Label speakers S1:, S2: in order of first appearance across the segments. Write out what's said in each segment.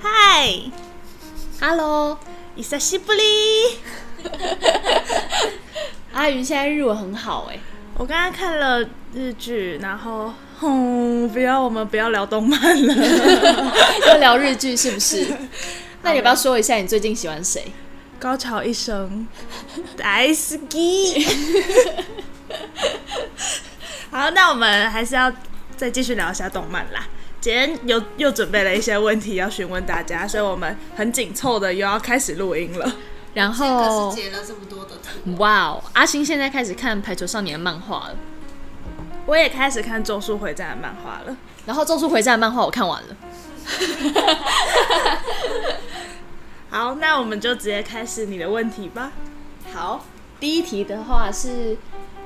S1: 嗨，Hello，伊萨西布里。
S2: 阿云现在日文很好哎、
S1: 我刚刚看了日剧，然后，哼，不要，我们不要聊动漫 了。
S2: 又聊日剧是不 是？那你要不要说一下你最近喜欢谁？
S1: 高桥一生，大好 き。好，那我们还是要再继续聊一下动漫啦。今天又又准备了一些问题要询问大家，所以我们很紧凑的又要开始录音了。
S2: 然
S3: 可
S2: 后
S3: 是，解了这么多的题，
S2: 哇哦，阿星现在开始看《排球少年》的漫画了。
S1: 我也开始看《咒术回战》的漫画了。
S2: 然后《咒术回战》的漫画我看完了。
S1: 好，那我们就直接开始你的问题吧。
S2: 好，第一题的话是《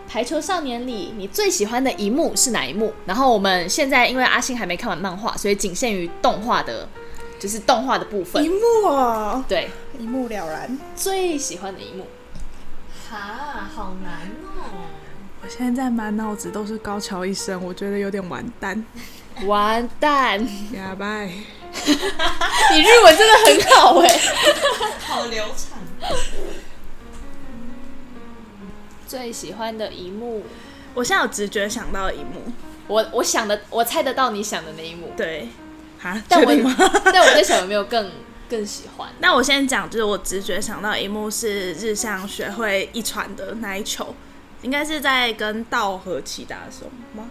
S2: 排球少年》里你最喜欢的一幕是哪一幕？然后我们现在因为阿星还没看完漫画，所以仅限于动画的，就是动画的部分。
S1: 幕哦，
S2: 对，
S1: 一目了然。
S2: 最喜欢的一幕。
S3: 哈，好难哦。
S1: 我现在满脑子都是高桥一生，我觉得有点完蛋。
S2: 完蛋，
S1: 哑巴，
S2: 你日文真的很好
S1: 欸
S2: 哎、
S3: 好流畅，
S2: 最喜欢的一幕，
S1: 我现在有直觉想到一幕，
S2: 我我想的，我猜得到你想的那一幕，
S1: 对，啊，
S2: 但
S1: 确
S2: 我
S1: 定吗？
S2: 但我在想有没有更更喜欢。
S1: 那我先讲，就是我直觉想到一幕是日向学会一传的那一球，应该是在跟道和起打的时候吗？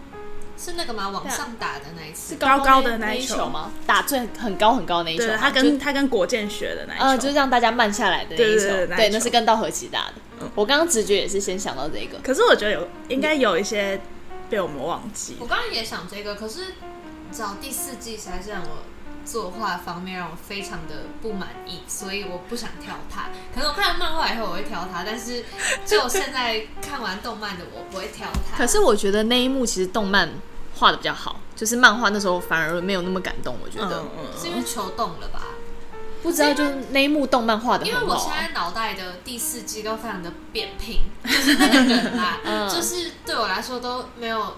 S3: 是那个吗？往上打的那一次，
S1: 高高的
S2: 那
S1: 那
S2: 一
S1: 一球
S2: 球吗？打最很高很高那一球
S1: 对，
S2: 吗，
S1: 他
S2: 就
S1: 跟他跟果见学的那一球，
S2: 嗯，就是让大家慢下来的那一
S1: 对对
S2: 球，
S1: 对那一
S2: 对，
S1: 球
S2: 那是跟道和奇打的。我刚刚直觉也是先想到这个，
S1: 可是我觉得有应该有一些被我们忘记
S3: 我，刚刚也想这个，可是找第四季实在是让我作画方面让我非常的不满意，所以我不想跳它。可能我看了漫画以后我会挑它，但是就现在看完动漫的我不会挑它。
S2: 可是我觉得那一幕其实动漫画的比较好，就是漫画那时候反而没有那么感动，我觉
S1: 嗯
S2: 得、
S1: 嗯嗯
S3: 是因为球动了吧？
S2: 不知道就是那一幕动漫画的
S3: 因为
S2: 很
S3: 我
S2: 好
S3: 现
S2: 啊。
S3: 在脑袋的第四季都非常的扁平，就是那个人啦、
S2: 嗯
S3: 就是对我来说都没有，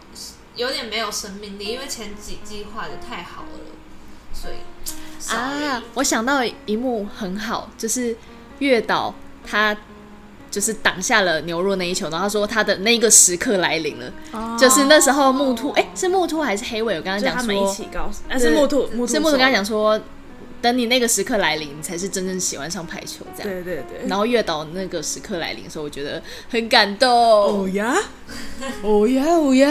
S3: 有点没有生命力，因为前几季画的太好了，所以
S2: 啊
S1: 啊
S3: sorry，
S2: 我想到一幕很好，就是月岛他就是挡下了牛若那一球，然后他说他的那个时刻来临了，就是那时候木兔，哎、是木兔还是黑尾？我跟
S1: 嗯
S2: 他
S1: 哦就
S2: 讲
S1: 他
S2: 说，
S1: 们一起告诉，但
S2: 对
S1: 是木兔木兔
S2: 是木兔跟他
S1: 说
S2: 讲说，等你那个时刻来临，你才是真正喜欢上排球这样。
S1: 对对对，
S2: 然后月岛那个时刻来临的时候，我觉得很感动。
S1: 哦呀
S2: 哦呀哦呀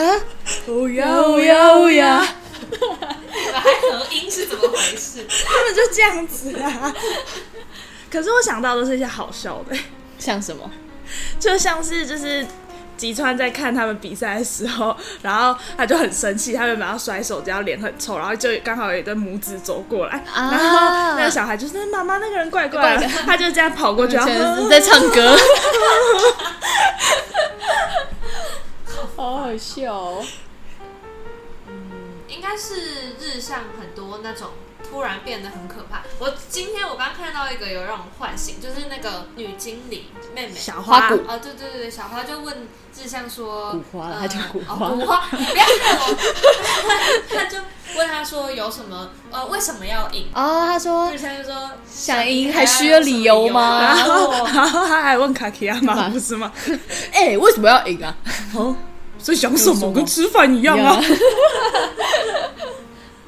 S1: 哦呀哦呀哦呀，！
S3: 你们还合音是怎么回事？
S1: 他们就这样子啊。可是我想到都是一些好笑的、
S2: 像什么？
S1: 就像是就是吉川在看他们比赛的时候，然后他就很生气，他原本要甩手机，然后脸很臭，然后就刚好有一对母子走过来，
S2: 啊
S1: 然后那个小孩就是妈妈那个人怪怪的，他就这样跑过去，然
S2: 全
S1: 后
S2: 是在唱 歌，好好笑哦！
S3: 应该是日向很多那种突然变得很可怕。我今天我刚看到一个有让我唤醒，就是那个女经理妹妹
S1: 小
S2: 花
S1: 花
S2: 鼓
S3: 啊，对对对对，小花就问志向说，
S2: 古花
S3: 呃
S2: 她叫古花
S3: 哦古花，你不要看我， 他就问他说有什么，呃，为什么要赢？
S2: 啊，他说
S3: 志向就说
S2: 想赢还需要理由吗
S1: 然
S3: 然
S1: 后
S3: 后
S1: 然后他还问卡奇亚
S2: 嘛
S1: 嘛，不是吗？：“
S2: 哎、为什么要赢啊
S1: 哦，所以想什
S2: 什么
S1: 么跟吃饭一？”样啊
S2: 呀。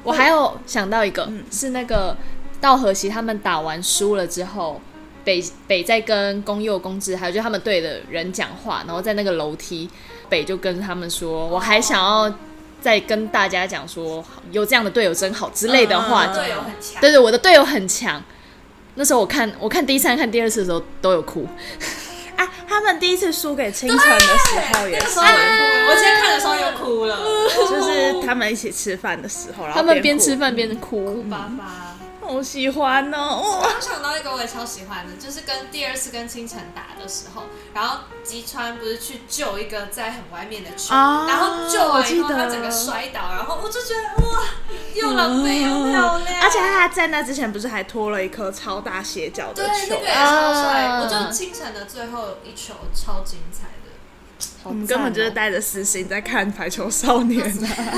S2: 我还有想到一个，是那个道和喜他们打完输了之后，北北在跟宫佑公之还有就他们队的人讲话，然后在那个楼梯，北就跟他们说：“我还想要再跟大家讲说，有这样的队友真好之类的
S1: 嗯
S2: 话。
S1: 嗯嗯
S3: 队友很强，
S2: 对对，我的队友很强。那时候我看我看第一次、看第二次的时候都有哭，
S1: 啊，他们第一那个时候我也哭，他们第一次输给青城的时候也
S3: 那个
S1: 是
S3: 时候，我哭，我今天看的时候又哭了，
S1: 就是他们一起吃饭的时候，然后
S2: 他们边
S1: 边
S2: 吃
S1: 哭，
S2: 饭边哭。
S3: 爸爸。
S1: 好喜欢哦。
S3: 我想到一个我也超喜欢的，就是跟第二次跟清晨打的时候，然后吉川不是去救一个在很外面的球，
S1: 啊
S3: 然后救完以后
S1: 我记得
S3: 他整个摔倒，然后我就觉得哇，又狼狈又漂亮，
S1: 嗯哦而且他在那之前不是还拖了一颗超大斜角的
S3: 对
S1: 球
S3: 那个也？超帅，
S2: 啊
S3: 我
S1: 嗯
S3: 就清晨的最后一球超精彩的，
S2: 我
S1: 我们根本就是 带着私心在看《排球少年》啊。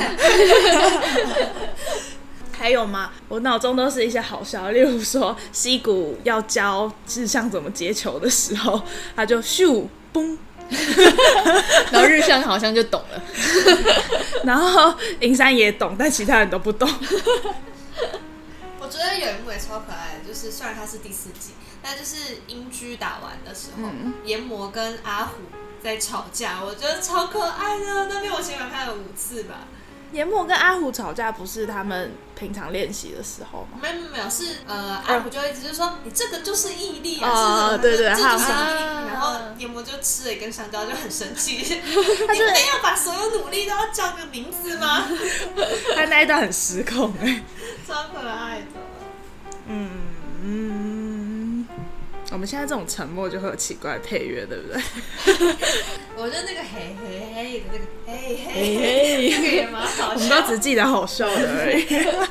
S1: 还有吗？我脑中都是一些好笑，例如说西谷要教志向怎么接球的时候，他就咻嘣，
S2: 然后日向好像就懂了，
S1: 然后银山也懂，但其他人都不懂。
S3: 我觉得有一幕也超可爱的，就是虽然它是第四季，但就是英居打完的时候，
S1: 嗯
S3: 研磨跟阿虎在吵架，我觉得超可爱的。那边我起码看了五次吧，
S1: 岩墨跟阿虎吵架不是他们平常练习的时候吗？
S3: 没有没有没有，是呃阿虎就会一直就说你这个就是毅力啊，
S1: 嗯哦
S3: 是什么
S1: 对对
S3: 这就是
S1: 他
S3: 毅
S2: 啊
S3: 力。然后研磨就吃了一根香蕉，就很生 气，
S1: 他
S3: 你
S1: 真的
S3: 非要把所有努力都要叫个名字吗？
S1: 他那一段很失控哎、
S3: 超可爱的。
S1: 嗯嗯，我们现在这种沉默就会有奇怪的配乐，对不对？
S3: 我觉得那个嘿嘿嘿的那个嘿嘿嘿， 那个
S1: 嘿
S3: 也蛮好
S1: 哎我们
S3: 笑的。
S1: 都只记得好笑的而已。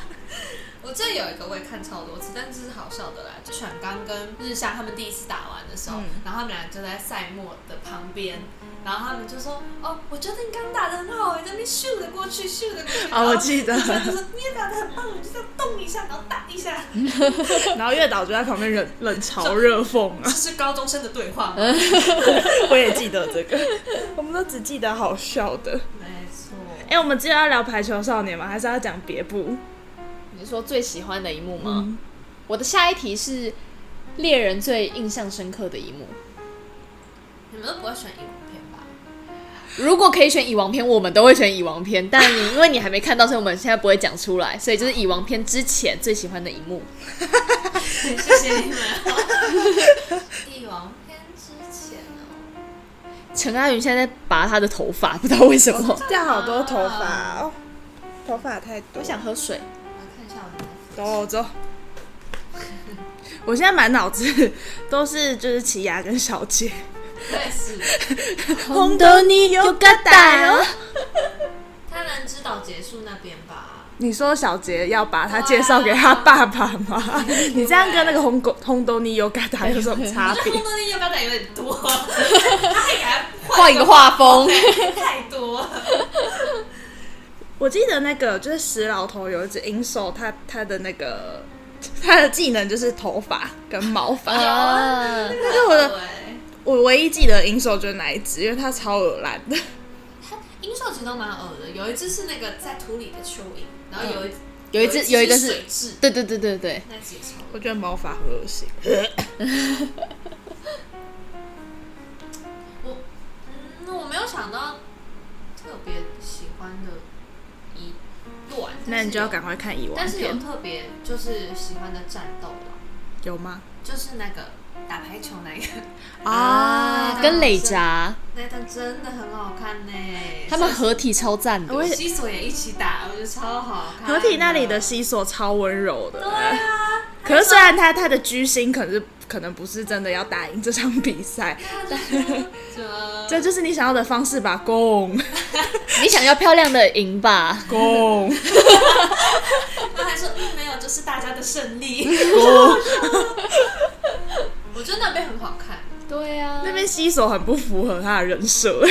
S3: 我这有一个我也看超多次，但这是好笑的啦。就犬刚跟日向他们第一次打完的时候，
S1: 嗯
S3: 然后他们俩就在赛末的旁边，然后他们就说：“哦，我觉得你刚打的很好欸，在那边咻的过去，咻的过 去。”
S1: 哦，我记得
S3: 然。后日向就说：“你也打的很棒，你就这样动一下，然后打一下。
S1: 嗯然后月岛就在旁边冷冷嘲热讽”
S3: 这
S1: 啊，
S3: 是高中生的对话 吗？
S1: 嗯我也记得这个，我们都只记得好笑的。
S3: 没错。
S1: 哎、我们今天要聊排球少年吗？还是要讲别部？
S2: 你说最喜欢的一幕吗？
S1: 嗯，
S2: 我的下一题是猎人最印象深刻的一幕。
S3: 你们都不会选英文片 吧？
S2: 如果可以选蚁王篇，我们都会选蚁王篇。但你因为你还没看到，所以我们现在不会讲出来。所以就是蚁王篇之前最喜欢的一幕。
S3: 谢谢你们哦。 帝王篇之前哦，
S2: 陈阿云现在在拔他的头发，不知道为什么。
S1: 掉好多头发哦，头发太多。
S2: 我想喝水，
S1: 哦
S3: 我来看一下我们
S1: 走
S3: 的
S1: 走。 我现在满脑子 都是就是奇雅跟小姐，
S3: 我也是。
S1: 红豆你有个
S2: 蛋哦。
S3: 贪婪之岛结束那边吧，
S1: 你说小杰要把他介绍给他爸爸 吗？你这样跟那个红狗红豆你有个蛋有什么差
S3: 我觉得
S1: 别？
S3: 红豆的要不要带有点 多，他还给他
S2: 换一个画风。
S1: 哦
S3: 太多了。
S1: 我记得那个就是石老头有一只银手，他他的那个 他的技能就是头发跟毛发。
S2: 啊，
S1: 但是我的
S3: 对，
S1: 我唯一记得银手就是哪一只，因为它超恶烂的。
S3: 他英兽其实都蛮恶的，有一只是那个在土里的蚯蚓，然后有一
S2: 有一只有一个
S3: 只
S2: 是
S3: 水，蛭，
S2: 对对对对对，
S3: 那只也超恶
S1: 我觉得毛发很恶心。
S3: 我嗯，我没有想到特别喜欢的一段，
S1: 那你就要赶
S3: 感，
S1: 快看蚁王
S3: 但是有
S1: 片，
S3: 特别就是喜欢的战斗啦，
S1: 有吗？
S3: 就是那个打排球那个。
S1: 啊，
S2: 跟磊闸
S3: 那一段真的很好看呢、
S2: 他们合体超赞的
S1: 我。也
S3: 西索也一起打，我觉得超好看。
S1: 合体那里的西索超温柔的。
S3: 对啊，
S1: 可是虽然他他的居心可能是可能不是真的要打赢这场比赛，这
S3: 这
S1: 就是你想要的方式吧？攻
S2: 你想要漂亮的赢吧？
S1: 攻
S3: 他还说嗯没有，就是大家的胜利。
S1: 攻，
S3: 我觉得那边很好看，
S2: 对啊，
S1: 那边西索很不符合他的人设。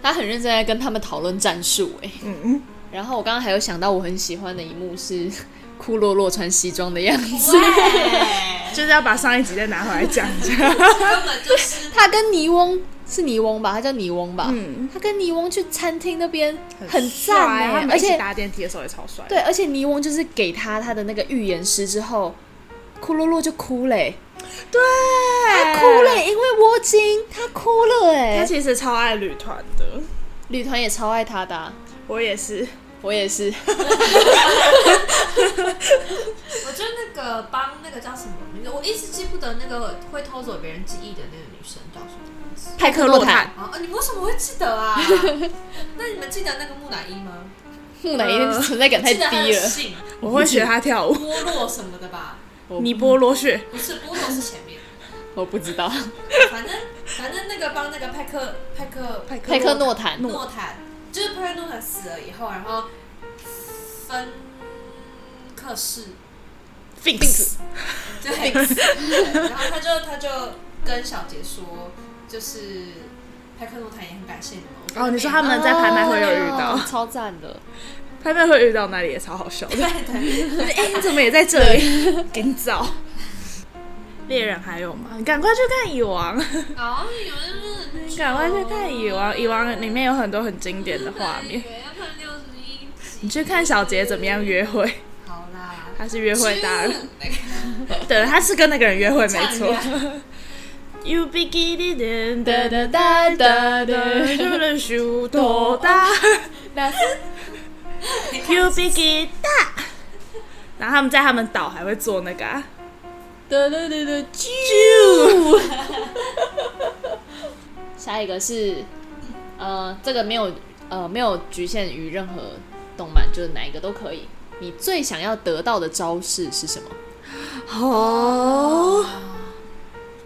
S2: 他很认真在跟他们讨论战术哎、
S1: 嗯，
S2: 然后我刚刚还有想到我很喜欢的一幕是 库洛洛穿西装的样子，
S3: 对，
S1: 就是要把上一集再拿回来讲一下。
S3: 根本就是
S2: 他跟尼翁是尼翁吧，他叫尼翁吧，
S1: 嗯，
S2: 他跟尼翁去餐厅那边很
S1: 帅
S2: 赞哎、
S1: 啊！他们
S2: 而
S1: 一起
S2: 且
S1: 搭电梯的时候也超帅。
S2: 对，而且尼翁就是给他他的那个预言师之后，库洛洛就哭嘞、
S1: 对，
S2: 他哭嘞、。因为窝精，他哭了哎、
S1: 他其实超爱旅团的，
S2: 旅团也超爱他的啊、
S1: 我也是。
S2: 我 也是，
S3: 我觉得那个帮那个叫什么名字，我一直记不得那个会偷走别人记忆的那个女生叫什么名字。
S2: 派克洛 坦、
S3: 啊，你们为什么会记得啊？那你们记得那个木乃伊吗？
S2: 木乃伊的存在感太
S3: 记得他的
S2: 低了，
S3: 姓
S1: 我会学他跳舞。
S3: 波洛什么的吧？
S2: 我
S1: 尼波罗穴，
S3: 不是波洛是前面。
S2: 我不知道。
S3: 反正反正那个帮那个派克派克
S2: 派克诺坦
S3: 诺坦，就是派克诺坦死了以后，然后芬克士
S1: fix，
S3: 对， 对然后他就他就跟小杰说，就是派克诺坦也很感谢你们。
S1: 哦你说他们在拍卖会有遇到
S2: 哦超赞的。
S1: 拍卖会遇到那里也超好笑的。
S3: 对对，
S1: 哎、你怎么也在这里？ 给你找。猎人还有吗？你赶快去看《蚁王》，
S3: 哦，有那么
S1: 赶快去看《蚁王》。《蚁王》里面有很多很经典的画面。
S3: 要看六十一集。
S1: 你去看小杰怎么样约会，
S3: 好 啦，
S1: 他是约会达人。
S3: 那个
S1: 对，他是跟那个人约会，没错
S3: 唱。
S1: You begin
S2: 哒哒哒哒哒， 那是
S1: You begin 然后他们在他们岛还会做那个、啊。
S2: 哒哒哒哒啾。下一个是，呃，这个没有呃没有局限于任何动漫，就是哪一个都可以。你最想要得到的招式是什么？
S1: 哦，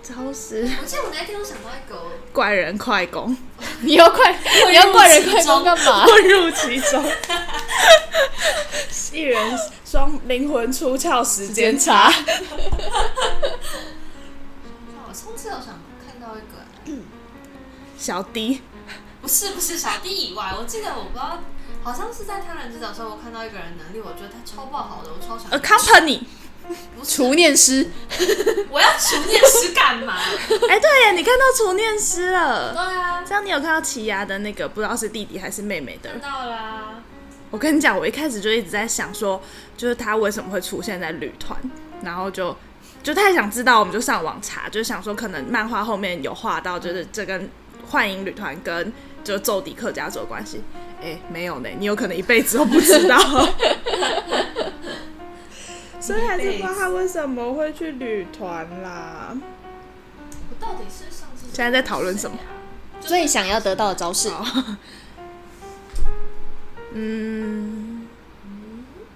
S1: 招式
S3: 我记得我那天有想到一个，
S1: 怪人快 攻，
S2: 你要怪你要怪人快攻干嘛？
S1: 混入其中，一人双灵魂出窍时间差。
S3: 我上次有想看到一个，
S1: 小 D
S3: 不是不是小弟以外，我记得我不知道，好像是在《贪婪之岛》的时候，我看到一个人能力，我觉得他超爆好的，我超想
S1: 呃 company，
S3: 不是
S2: 厨念师，
S3: 我要除念师干嘛？
S1: 哎、对耶，你看到厨念师
S3: 对
S1: 了。
S3: 啊，
S1: 这样你有看到奇牙的那个不知道是弟弟还是妹妹的？
S3: 看到啊啦，
S1: 我跟你讲，我一开始就一直在想说，就是他为什么会出现在旅团，然后就就太想知道，我们就上网查，就想说可能漫画后面有画到，就是这跟幻影旅团跟就奏迪克家族的关系。哎、没有呢，你有可能一辈子都不知道。 所以还是不知道他为什么会去旅团啦。
S3: 我到底是上次
S1: 现在在讨论什么
S3: 谁啊？
S2: 最想要得到的招式，
S1: 嗯，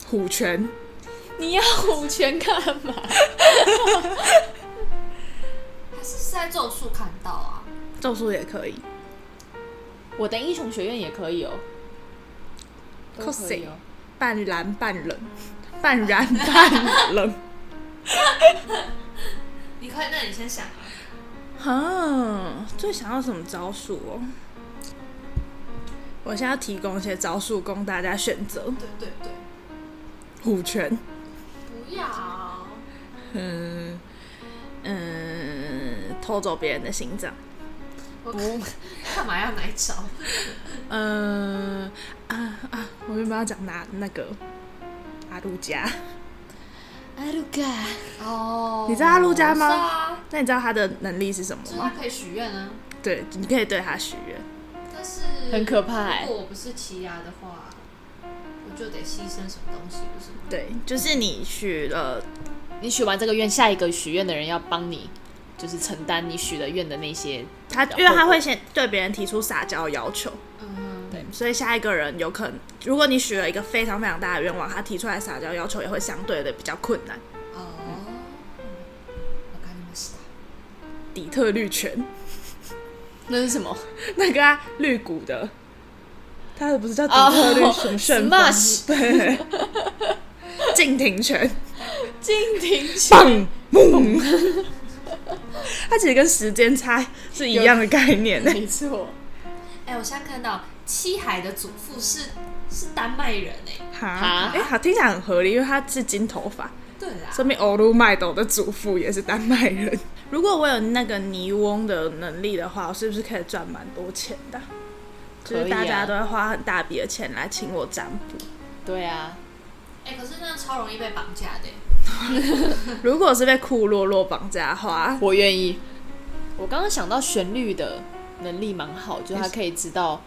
S1: 虎拳，
S2: 你要虎拳干嘛？
S3: 还是是在咒术看到啊？
S1: 咒术也可以。
S2: 我的英雄学院也可以哦，都可以
S1: cosy
S2: 哦。
S1: 半蓝半冷， 半燃半冷。
S3: 你快，那你先想啊。
S1: 啊，最想要什么招数哦？我现在要提供一些招数供大家选择。
S3: 对对对，
S1: 虎拳，
S3: 不要。
S1: 嗯嗯，偷走别人的心脏，
S3: 我干嘛要来找？
S1: 嗯啊啊，我原本要讲哪那个阿路加，
S2: 阿鲁嘎，
S3: 哦
S1: 你知道阿路加
S3: 是
S1: 吗？
S3: 啊，
S1: 那你知道他的能力是什么
S3: 就是他
S1: 吗？
S3: 可以许愿啊，
S1: 对，你可以对他许愿。
S3: 但是
S2: 很可怕哎
S3: 如果我不是奇亚的话，我就得牺牲什么东西，不是吗？
S1: 对，就是你许了
S2: 你许完这个愿，下一个许愿的人要帮你，就是承担你许的愿的那些。
S1: 他，因为他会先对别人提出撒娇要求，
S3: 嗯，
S2: 对
S1: 所以下一个人有可能，如果你许了一个非常非常大的愿望，他提出来撒娇要求也会相对的比较困难。
S3: 哦，我看你们是
S1: 底特律拳，
S2: 那是什么？
S1: 那个、啊、绿谷的，他的不是叫底特律
S2: 哦
S1: 什么旋风
S2: Smash
S1: 对， 敬亭拳，
S2: 金庭
S1: 棒嘣，它其实跟时间差是一样的概念呢。
S2: 没错。
S3: 哎、我现在看到七海的祖父是是丹麦人哎、
S1: 哈
S2: 哈，
S1: 哎、好听起来很合理，因为他是金头发。
S3: 对啦，
S1: 说明欧陆麦斗的祖父也是丹麦人。如果我有那个泥翁的能力的话，我是不是可以赚蛮多钱的？就
S2: 可
S1: 是
S2: 以啊
S1: 大家都会花很大笔的钱来请我占卜。
S2: 对啊，
S3: 哎、可是那样超容易被绑架的、欸，
S1: 如果是被库洛洛绑架的话，
S2: 我愿意。我刚刚想到旋律的能力蛮好，就是他可以知道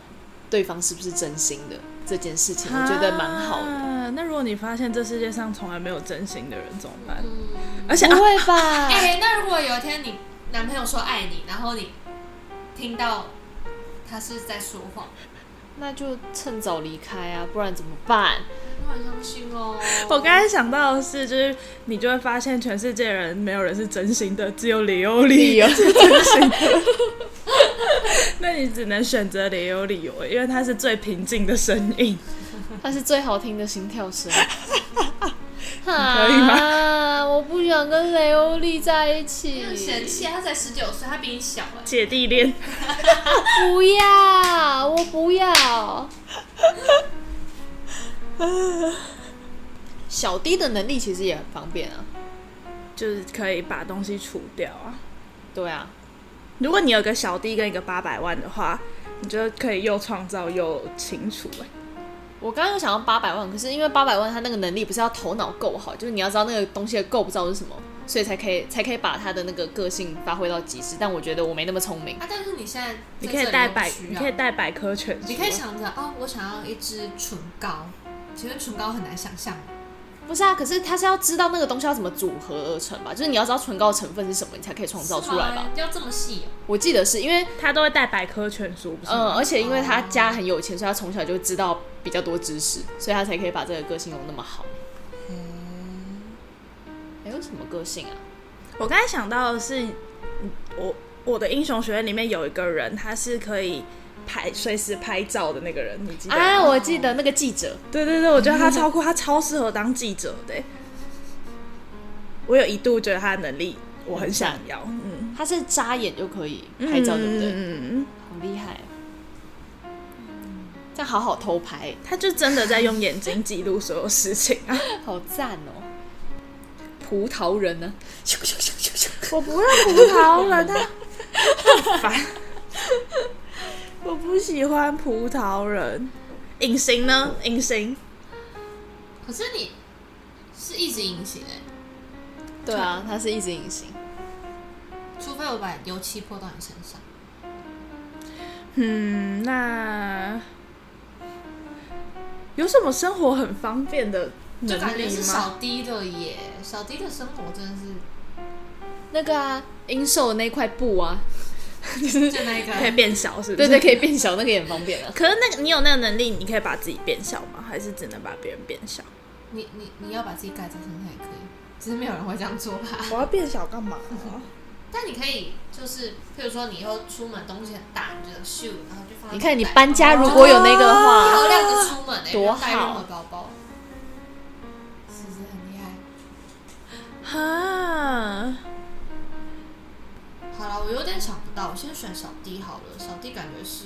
S2: 对方是不是真心的这件事情，我觉得蛮好的。
S1: 啊那如果你发现这世界上从来没有真心的人怎么办？
S3: 嗯，
S1: 而且、
S2: 不
S1: 啊、
S2: 会吧？
S3: 哎、那如果有一天你男朋友说爱你，然后你听到他是在说谎，
S2: 那就趁早离开啊，不然怎么办？
S3: 我很伤心哦。
S1: 我刚才想到的是，就是你就会发现全世界人没有人是真心的，只有李欧
S2: 理
S1: 里
S2: 由
S1: 是真心的。那你只能选择李欧里，因为他是最平静的声音。
S2: 那是最好听的心跳 声。
S1: 可以吗
S2: 啊？我不想跟雷欧利在一起
S3: 你，很啊嫌弃，他才十九岁，他比你小哎、
S1: 姐弟恋，
S2: 不要，我不要。 小滴的能力其实也很方便啊。
S1: 就是可以把东西除掉啊。
S2: 对啊，
S1: 如果你有个小弟跟一个八百万的话，你就可以又创造又清除、欸。
S2: 我刚刚有想到八百万，可是因为八百万他那个能力不是要头脑够好，就是你要知道那个东西的够不知道是什么，所以才可以才可以把他的那个个性发挥到极致。但我觉得我没那么聪明，
S3: 啊，但是你现在
S1: 你
S3: 在
S1: 可以
S3: 这里
S1: 带
S3: 又
S1: 百，
S3: 需
S1: 你
S3: 要
S1: 可以带百科全书啊。
S3: 你可以想着哦，我想要一支唇膏，其实唇膏很难想象，
S2: 不是啊？可是他是要知道那个东西要怎么组合而成吧？就是你要知道唇膏的成分是什么，你才可以创造出来吧？
S3: 是吗？要这么细、哦，
S2: 我记得是因为
S1: 他都会带百科全书，不是
S2: 嗯，
S1: 吗？
S2: 而且因为他家很有钱，所以他从小就知道比较多知识，所以他才可以把这个个性用那么好。嗯还有什么个性啊？
S1: 我刚才想到的是，嗯我我的英雄学院里面有一个人，他是可以拍随时拍照的那个人，你记得吗？
S2: 啊，我记得那个记者，
S1: 对对对，我觉得他超酷，他超适合当记者的欸。我有一度觉得他的能力我很想要，嗯，
S2: 他是眨眼就可以拍照，对不对？
S1: 嗯，
S2: 好厉害哦！这样好好偷拍，
S1: 他就真的在用眼睛记录所有事情啊！
S2: 好赞哦！葡萄人呢？咻咻咻咻咻！
S1: 我不认葡萄人，啊他 很烦，我不喜欢葡萄人。隐形呢？隐形
S3: 可是你是一直隐形哎、
S2: 对啊，他是一直隐形。
S3: 除非我把油漆泼到你身上。
S1: 嗯，那有什么生活很方便的能
S3: 就感觉
S1: 力
S3: 是
S1: 吗？
S3: 小滴的耶，小滴的生活真的 是
S2: 那个啊，英寿的那块布 啊，就是
S3: 就那
S1: 可以
S3: 个，
S1: 变小，是不是？
S2: 对对，可以变小，那个也很方便啊。
S1: 可是那个你有那个能力，你可以把自己变小吗？还是只能把别人变小？
S3: 你你你要把自己盖在身上也可以，只是没有人会这样做吧？
S1: 我要变小干嘛、
S3: 但你可以就是，譬如说你以后出门东西很大，你就咻，然后就放在口袋。
S2: 你看你搬家如果有那个的话，
S3: 漂亮的出门、欸，
S2: 多
S3: 不用带任
S2: 好
S3: 何包包，是不是很厉害？
S1: 哈，
S3: 好了，我有点想不到，我先选小弟好了。小弟感觉是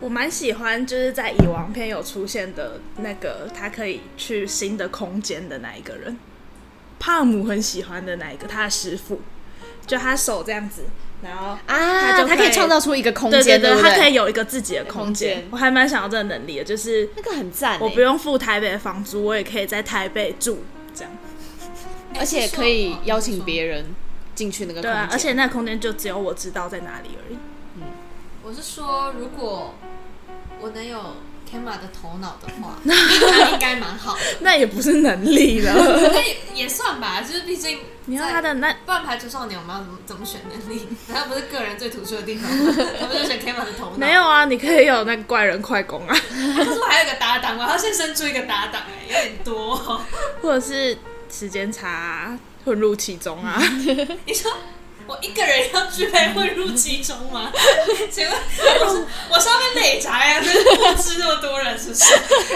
S1: 我蛮喜欢，就是在蚁王篇有出现的那个，他可以去新的空间的那一个人，帕姆很喜欢的那一个，他的师傅，就他手这样子，然后
S2: 啊，
S1: 就
S2: 它
S1: 可
S2: 可
S1: 以
S2: 以创造出一个空
S1: 对对
S2: 间，
S1: 对，
S2: 不
S1: 他可以
S2: 对？
S1: 有一个自己的空
S2: 空
S1: 间
S2: 间，
S1: 我还蛮想要这个能力的，就是
S2: 那个很赞欸，
S1: 我不用付台北的房租，我也可以在台北住这样。
S2: 而且可以邀请别。人进去那个空
S1: 对
S2: 间。
S1: 啊，而且那空间就只有我知道在哪里而已。
S3: 我是说，如果我能有 Kama 的头脑的 话，那应该蛮好的。
S1: 那也不是能力了。
S3: 那也也算吧，就是毕竟
S1: 你看他的那
S3: 不然排球少年我们要怎么怎么选能力？难道不是个人最突出的地方吗？我们就选 Kama 的头脑。
S1: 没有啊，你可以有那个怪人快攻啊，
S3: 可是我还有一个搭档，我要先生出一个搭档、哎，有点多、哦。
S1: 或者是时间差、啊、混入其中 啊。
S3: 你说我一个人要具备混入其中吗？请问我是我是要被累宅啊？不知那么多人是不是？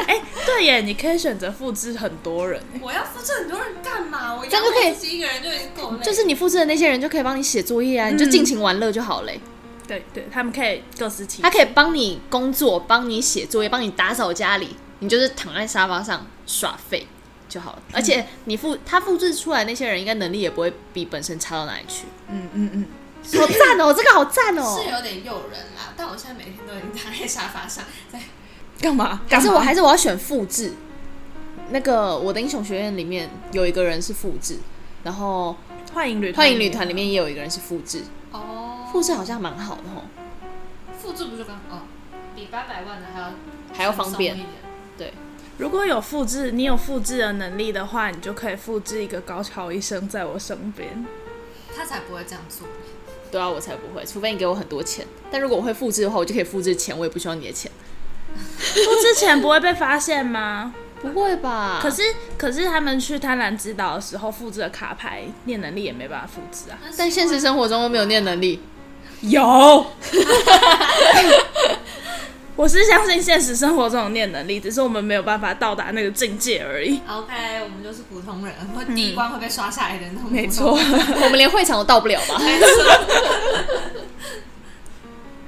S1: 哎、对耶，你可以选择复制很多人耶。
S3: 我要复制很多人干嘛？我
S2: 这样就可以
S3: 养活自己一个人就已经够累了。
S2: 就是你复制的那些人就可以帮你写作业啊，你就尽情玩乐就好欸嘞。
S1: 对对，他们可以各司其
S2: 他
S1: 职。
S2: 可以帮你工作，帮你写作业，帮你打扫家里，你就是躺在沙发上耍废就好了。而且你复他复制出来那些人，应该能力也不会比本身差到哪里去。
S1: 嗯嗯嗯，
S2: 好赞哦，这个好赞哦！
S3: 是有点诱人啦，但我现在每天都已经躺在沙发上，在
S1: 干嘛？
S2: 还
S1: 干
S2: 是
S1: 嘛？
S2: 我还是我要选复制。那个《我的英雄学院》里面有一个人是复制，然后
S1: 幻影旅
S2: 《幻影旅团》里面也有一个人是复制，
S3: 哦
S2: 复制好像蛮好的哦，
S3: 复制不就刚哦，比八百万的还要
S2: 还要方便
S3: 轻松一。点
S1: 如果有复制，你有复制的能力的话，你就可以复制一个高桥医生在我身 边。
S3: 他才不会这样做。
S2: 对啊，我才不会，除非你给我很多钱。但如果我会复制的话，我就可以复制钱，我也不需要你的钱。
S1: 复制前不会被发现吗？
S2: 不会吧？
S1: 可是可是他们去贪婪之岛的时候复制的卡牌念能力也没办法复制啊。
S2: 但现实生活中又没有念能力，
S1: 有，我是相信现实生活中有念能力，只是我们没有办法到达那个境界而已。
S3: OK，我们就是普通人，
S2: 嗯
S3: 会第一关会被刷下来的那种。
S1: 没错，，
S2: 我们连会场都到不了吧？
S3: 没错。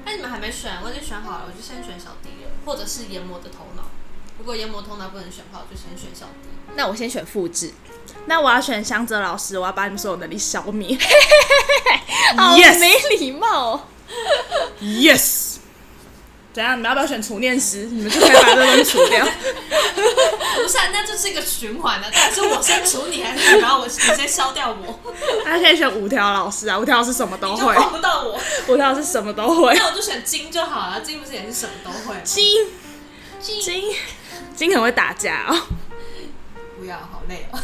S3: 那你们还没选，我已经选好了，我就先选小迪了，或者是研磨的头脑。如果研磨头脑不能选的话，我就先选小弟。
S2: 那我先选复制，
S1: 那我要选香泽老师，我要把你们所有能力消 灭。
S2: 好
S1: Yes
S2: 没礼貌哦。
S1: yes。怎样？你们要不要选除念师？你们就可以把这个东西除 掉。
S3: 不是、啊，那就是一个循环啊。但是我先除你，还是你把我，你先消掉 我，
S1: 大家可以选五条老师啊，五条老师什么都
S3: 你就
S1: 会，
S3: 碰不到我。
S1: 五条老师什么都会。
S3: 那我就选金就好了，金不是也是什么都会吗？
S1: 金金金很会打架哦，
S3: 不要，好累哦。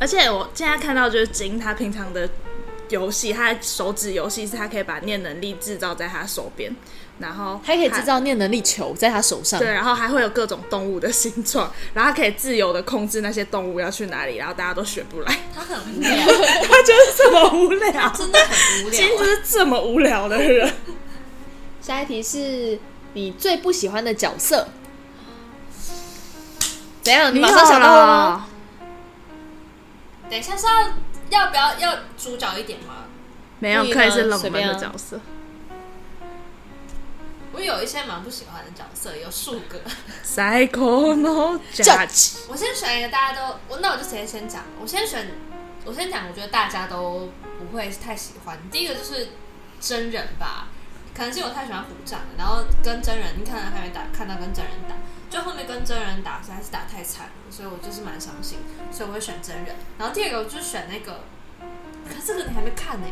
S1: 而且我现在看到就是金，他平常的游戏，他的手指游戏是他可以把念能力制造在他手边，然后
S2: 还可以制造念能力球在他手上
S1: 对，，然后还会有各种动物的形状，然后他可以自由的控制那些动物要去哪里，然后大家都学不来。
S3: 他很无 聊，
S1: 他就是这么无聊，
S3: 真的很无
S1: 金就
S3: 聊。
S1: 是这么无聊的人。
S2: 下一题是你最不喜欢的角色。怎样？你马上想到了吗？
S3: 等一下是要要不要要主角一点吗？
S1: 没有，
S2: 不一定
S1: 可
S2: 啊
S1: 以是冷门
S2: 随便
S1: 的
S2: 啊
S1: 角色。
S3: 我有一些蛮不喜欢的角色，有数个。
S1: Psycho no judge，
S3: 我先选一个大家都，我那我就直接先讲，我先选，我先讲，我觉得大家都不会太喜欢。第一个就是真人吧，可能是我太喜欢虎杖了，然后跟真人，你可能还没打看到跟真人打，就后面跟真人打实在是打太惨了，所以我就是蛮伤心，所以我会选真人。然后第二个我就选那个，可是这个你还没看呢、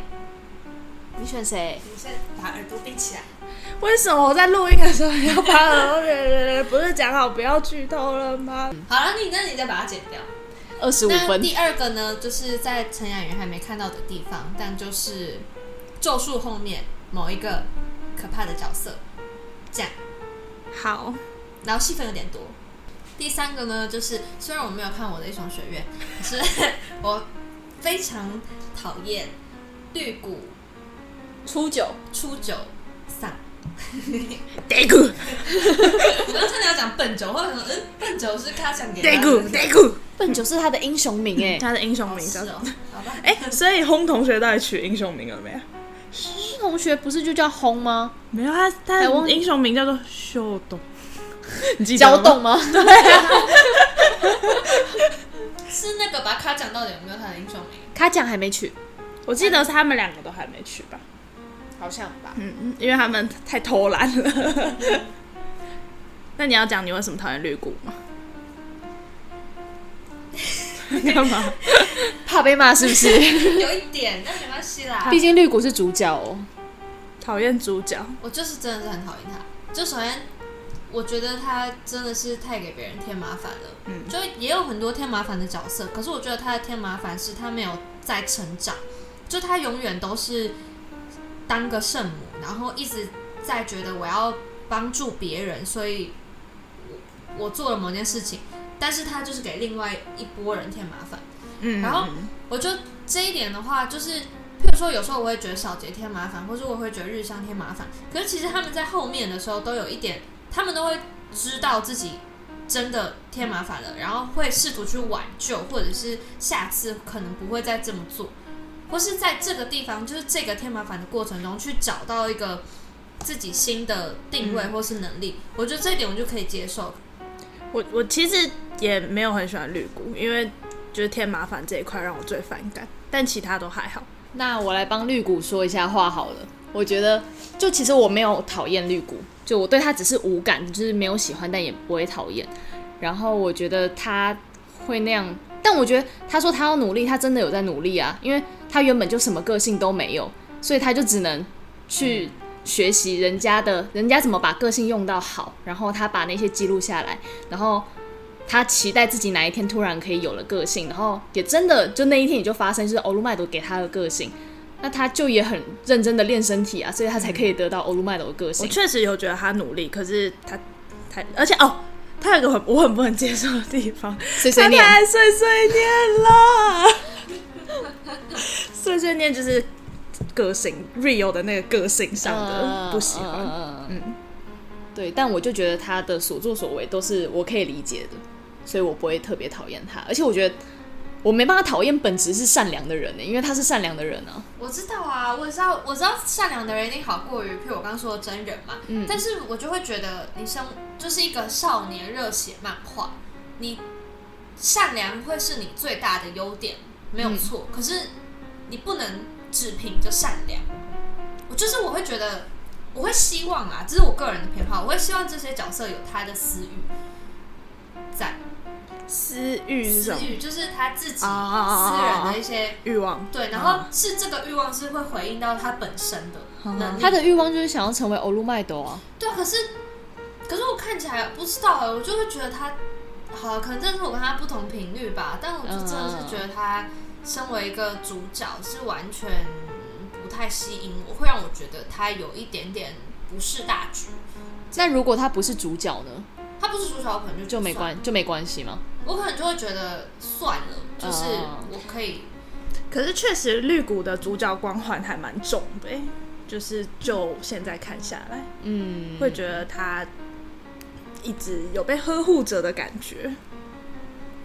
S2: 你选谁？
S3: 你先把耳朵闭起来。
S1: 为什么我在录音的时候要把耳朵？不是讲好不要剧透了吗？
S3: 好了，你那你再把它剪掉。
S2: 二十五
S3: 那
S2: 分。
S3: 第二个呢，就是在陈雅媛还没看到的地方，但就是咒术后面某一个可怕的角色，这样，
S1: 好，
S3: 然后戏份有点多。第三个呢，就是虽然我没有看我的一双学院，可是我非常讨厌绿谷
S2: 初九，
S3: 初九 丧。
S1: 得鼓
S3: 我 刚真的要讲笨九，我想说，嗯，笨九是他想给
S1: 得
S3: 他
S1: 鼓得鼓，
S2: 笨九是他的英雄名哎，
S1: 他的英雄名
S3: 是
S1: 叫。
S3: 哦，好吧，
S1: 哎、所以轰同学到底取英雄名了没有？
S2: 那同学不是就叫轰吗？
S1: 没有，他他
S2: 哎忘
S1: 的
S2: 记
S1: 英雄名叫做秀 动，你记得
S2: 交
S1: 吗
S2: 动 吗？
S3: 是那个吧？他讲到底有没有他的英雄名？
S2: 卡奖还没取，
S1: 我记得他们两个都还没去吧？
S2: 好像吧。
S1: 嗯，嗯，因为他们太偷懒了。 那你要讲你为什么讨厌绿谷吗？ 干嘛？
S2: 怕被骂是不 是？
S3: 有一点，但没关系啦。
S2: 毕竟绿谷是主角哦。
S1: 讨厌主角？
S3: 我就是真的是很讨厌他。就首先，我觉得他真的是太给别人添麻烦了。
S1: 嗯
S3: 就也有很多添麻烦的角色，可是我觉得他的添麻烦是他没有在成长，就他永远都是当个圣母，然后一直在觉得我要帮助别人，所以我我做了某件事情，但是他就是给另外一波人添麻烦。
S1: 嗯
S3: 然后我就这一点的话，就是譬如说，有时候我会觉得小杰添麻烦，或者我会觉得日向添麻烦。可是其实他们在后面的时候都有一点，他们都会知道自己真的添麻烦了，然后会试图去挽救，或者是下次可能不会再这么做，或是在这个地方，就是这个添麻烦的过程中去找到一个。自己新的定位或是能力，我觉得这一点我就可以接受。
S1: 我我其实也没有很喜欢绿谷，因为就是添麻烦这一块让我最反感，但其他都还好。
S2: 那我来帮绿谷说一下话好了。我觉得，就其实我没有讨厌绿谷，就我对他只是无感，就是没有喜欢，但也不会讨厌。然后我觉得他会那样，但我觉得他说他要努力，他真的有在努力啊，因为他原本就什么个性都没有，所以他就只能去学习人家的，人家怎么把个性用到好，然后他把那些记录下来，然后他期待自己哪一天突然可以有了个性，然后也真的就那一天也就发生，就是欧鲁麦朵给他的个性，那他就也很认真的练身体啊，所以他才可以得到欧鲁麦朵的个
S1: 我
S2: 性。
S1: 确实有觉得他努力，可是他他而且哦，他有一个很我很不能接受的地方，
S2: 碎碎念
S1: 他，太碎碎念了，碎碎念就是个性 real 的那个个性上的 不喜
S2: 嗯
S1: 欢。
S2: 嗯嗯嗯对，但我就觉得他的所作所为都是我可以理解的，所以我不会特别讨厌他。而且我觉得我没办法讨厌本质是善良的人呢、因为他是善良的人啊。
S3: 我知道啊，我知道，我知道善良的人一定好过于，譬如我刚刚说的真人嘛。
S2: 嗯
S3: 但是我就会觉得，你生就是一个少年热血漫画，你善良会是你最大的优点，没有错。
S1: 嗯
S3: 可是你不能只凭着善良。我就是我会觉得，我会希望啊，这是我个人的偏好，我会希望这些角色有他的私欲在。
S1: 私欲是什
S3: 私
S1: 么？
S3: 欲就是他自己
S1: 哦哦哦
S3: 私
S1: 哦
S3: 人
S1: 哦
S3: 的一些。
S1: 欲望。
S2: 嗯
S3: 对，然后是这个欲望是会回应到他本身的能
S2: 嗯
S3: 力。
S2: 他的欲望就是想要成为欧陆麦斗啊。
S3: 对，可是可是我看起来不知道哎、我就会觉得他，好，可能真的是我跟他不同频率吧。但我就真的是觉得他身为一个主角是完全不太吸引我，会让我觉得他有一点点不是大局。
S2: 那如果他不是主角呢，
S3: 他不是主角，我可能就
S2: 就没
S3: 算了，
S2: 关就没关系吗？
S3: 我可能就会觉得算了，就是
S2: 嗯
S3: 我可以。
S1: 可是确实，绿谷的主角光环还蛮重的欸、就是就现在看下来，
S2: 嗯，
S1: 会觉得他一直有被呵护着的感觉。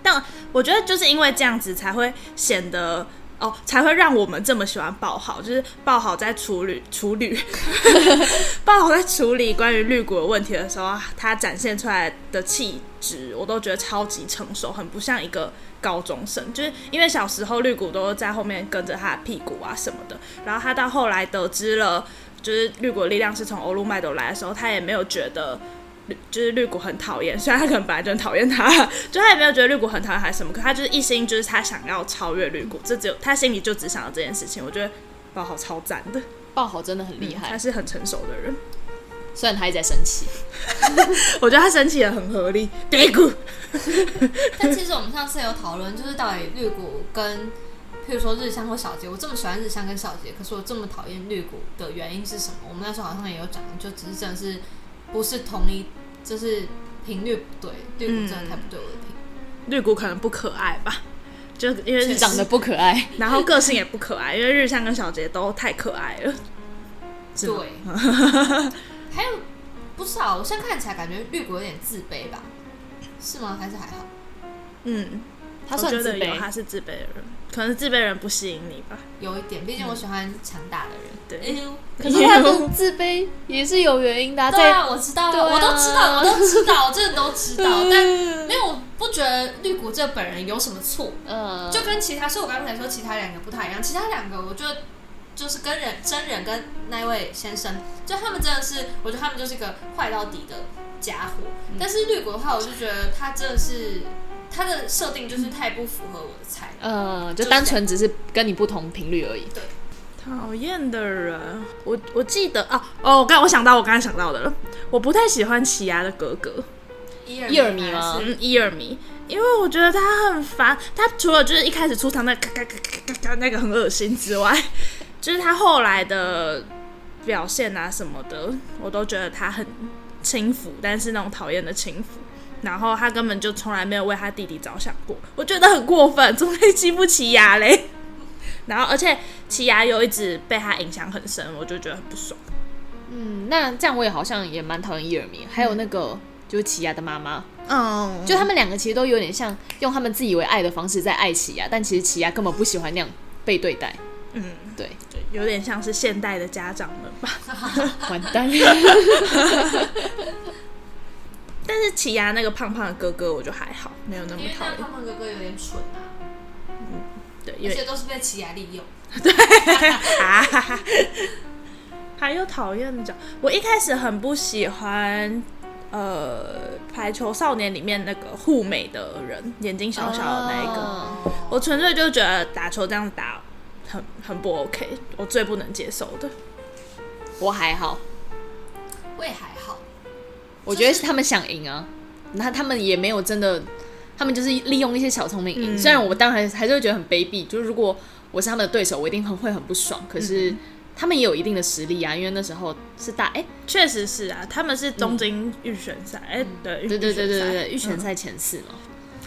S1: 但我觉得就是因为这样子，才会显得哦，才会让我们这么喜欢爆好，就是爆好在处理处理 爆好在处理关于绿谷的问题的时候，啊他展现出来的气质，我都觉得超级成熟，很不像一个。高中生就是因为小时候绿谷都在后面跟着他的屁股啊什么的，然后他到后来得知了就是绿谷的力量是从欧陆麦斗来的时候，他也没有觉得绿就是绿谷很讨厌，虽然他可能本来就很讨厌他， 就他也没有觉得绿谷很讨厌还是什么，可他就是一心就是他想要超越绿谷，这只有他心里就只想到这件事情。我觉得宝好超赞的，
S2: 爆好真的很厉害
S1: 嗯他，是很成熟的人，
S2: 虽然他一直在生气。
S1: 我觉得他生气也很合理。绿谷，
S3: 但其实我们上次有讨论，就是到底绿谷跟，譬如说日向或小杰，我这么喜欢日向跟小杰，可是我这么讨厌绿谷的原因是什么？我们那时候好像也有讲，就只是真的是不是同一，就是频率不对，绿谷真的太不对我的频。
S1: 绿谷可能不可爱吧，就因为
S3: 确实
S2: 长得不可爱，
S1: 然后个性也不可爱，因为日向跟小杰都太可爱了。是吗
S3: 对，还有不是啊，我现在看起来感觉绿谷有点自卑吧？是吗？还是还好？
S1: 嗯，
S2: 他
S1: 我
S2: 算
S1: 觉
S2: 自
S1: 得有，他
S2: 卑。
S1: 是自卑的人，可能自卑的人不吸引你吧。
S3: 有一点，毕竟我喜欢强大的人。
S1: 对
S3: 哎呦
S2: 可是他的自卑也是有原因的、啊，
S3: 对
S2: 在
S3: 啊，我知道，
S2: 对啊
S3: 我都知道，我都知道，我真的都 知道。但 没有，我不觉得绿谷这本人有什么错，
S2: 嗯，
S3: 就跟其他，所以我刚才说其他两个不太一样，其他两个我觉得。就是跟人真人跟那位先生，就他们真的是，我觉得他们就是一个坏到底的家伙。但是绿谷的话，我就觉得他真的是他的设定就是太不符合我的菜。
S2: 嗯，就单纯只是跟你不同频率而已。
S1: 讨厌的人，我我记得啊，哦，我刚我想到我刚才想到的了，我不太喜欢奇亚的哥哥，
S3: 伊尔
S2: 伊尔迷吗
S3: 还是
S1: 嗯，伊尔迷，因为我觉得他很烦，他除了就是一开始出场那咔咔咔咔咔咔那个很恶心之外， 就是他后来的表现啊什么的，我都觉得他很轻浮，但是那种讨厌的轻浮。然后他根本就从来没有为他弟弟着想过，我觉得很过分，怎么可以欺负奇亚嘞？ 然后，而且奇亚又一直被他影响很深，我就觉得很不爽。
S2: 嗯，那这样我也好像也蛮讨厌伊尔米，还有那个就是奇亚的妈妈，
S1: 嗯，
S2: 就他们两个其实都有点像用他们自以为爱的方式在爱奇亚，但其实奇亚根本不喜欢那样被对待。
S1: 嗯，
S2: 对，
S1: 有点像是现代的家长们吧。
S2: 完 蛋。
S1: 但是奇亚那个胖胖的哥哥，我就还好，没有那么
S3: 因为
S1: 讨
S3: 那
S1: 厌
S3: 个。胖胖哥哥有点蠢啊，
S1: 对，因
S3: 而
S1: 为
S3: 且都是被奇亚利用。
S1: 啊， 还有讨厌的角，我一开始很不喜欢。呃，排球少年里面那个护美的人，眼睛小小的那一个
S2: 哦
S1: 我纯粹就觉得打球这样打很很不 OK，我最不能接受的。
S2: 我还好，
S3: 我也还好，
S2: 我觉得是他们想赢啊，那他们也没有真的，他们就是利用一些小聪明
S1: 嗯
S2: 赢。虽然我当然还是会觉得很卑鄙，就是如果我是他们的对手，我一定很会很不爽。可是他们也有一定的实力啊，因为那时候是大哎、
S1: 确实是啊，他们是东京预选赛，
S3: 嗯
S1: 哎、对，
S2: 对对对对对对，
S1: 预
S2: 预
S1: 选
S2: 选
S1: 赛，
S2: 赛前四嘛。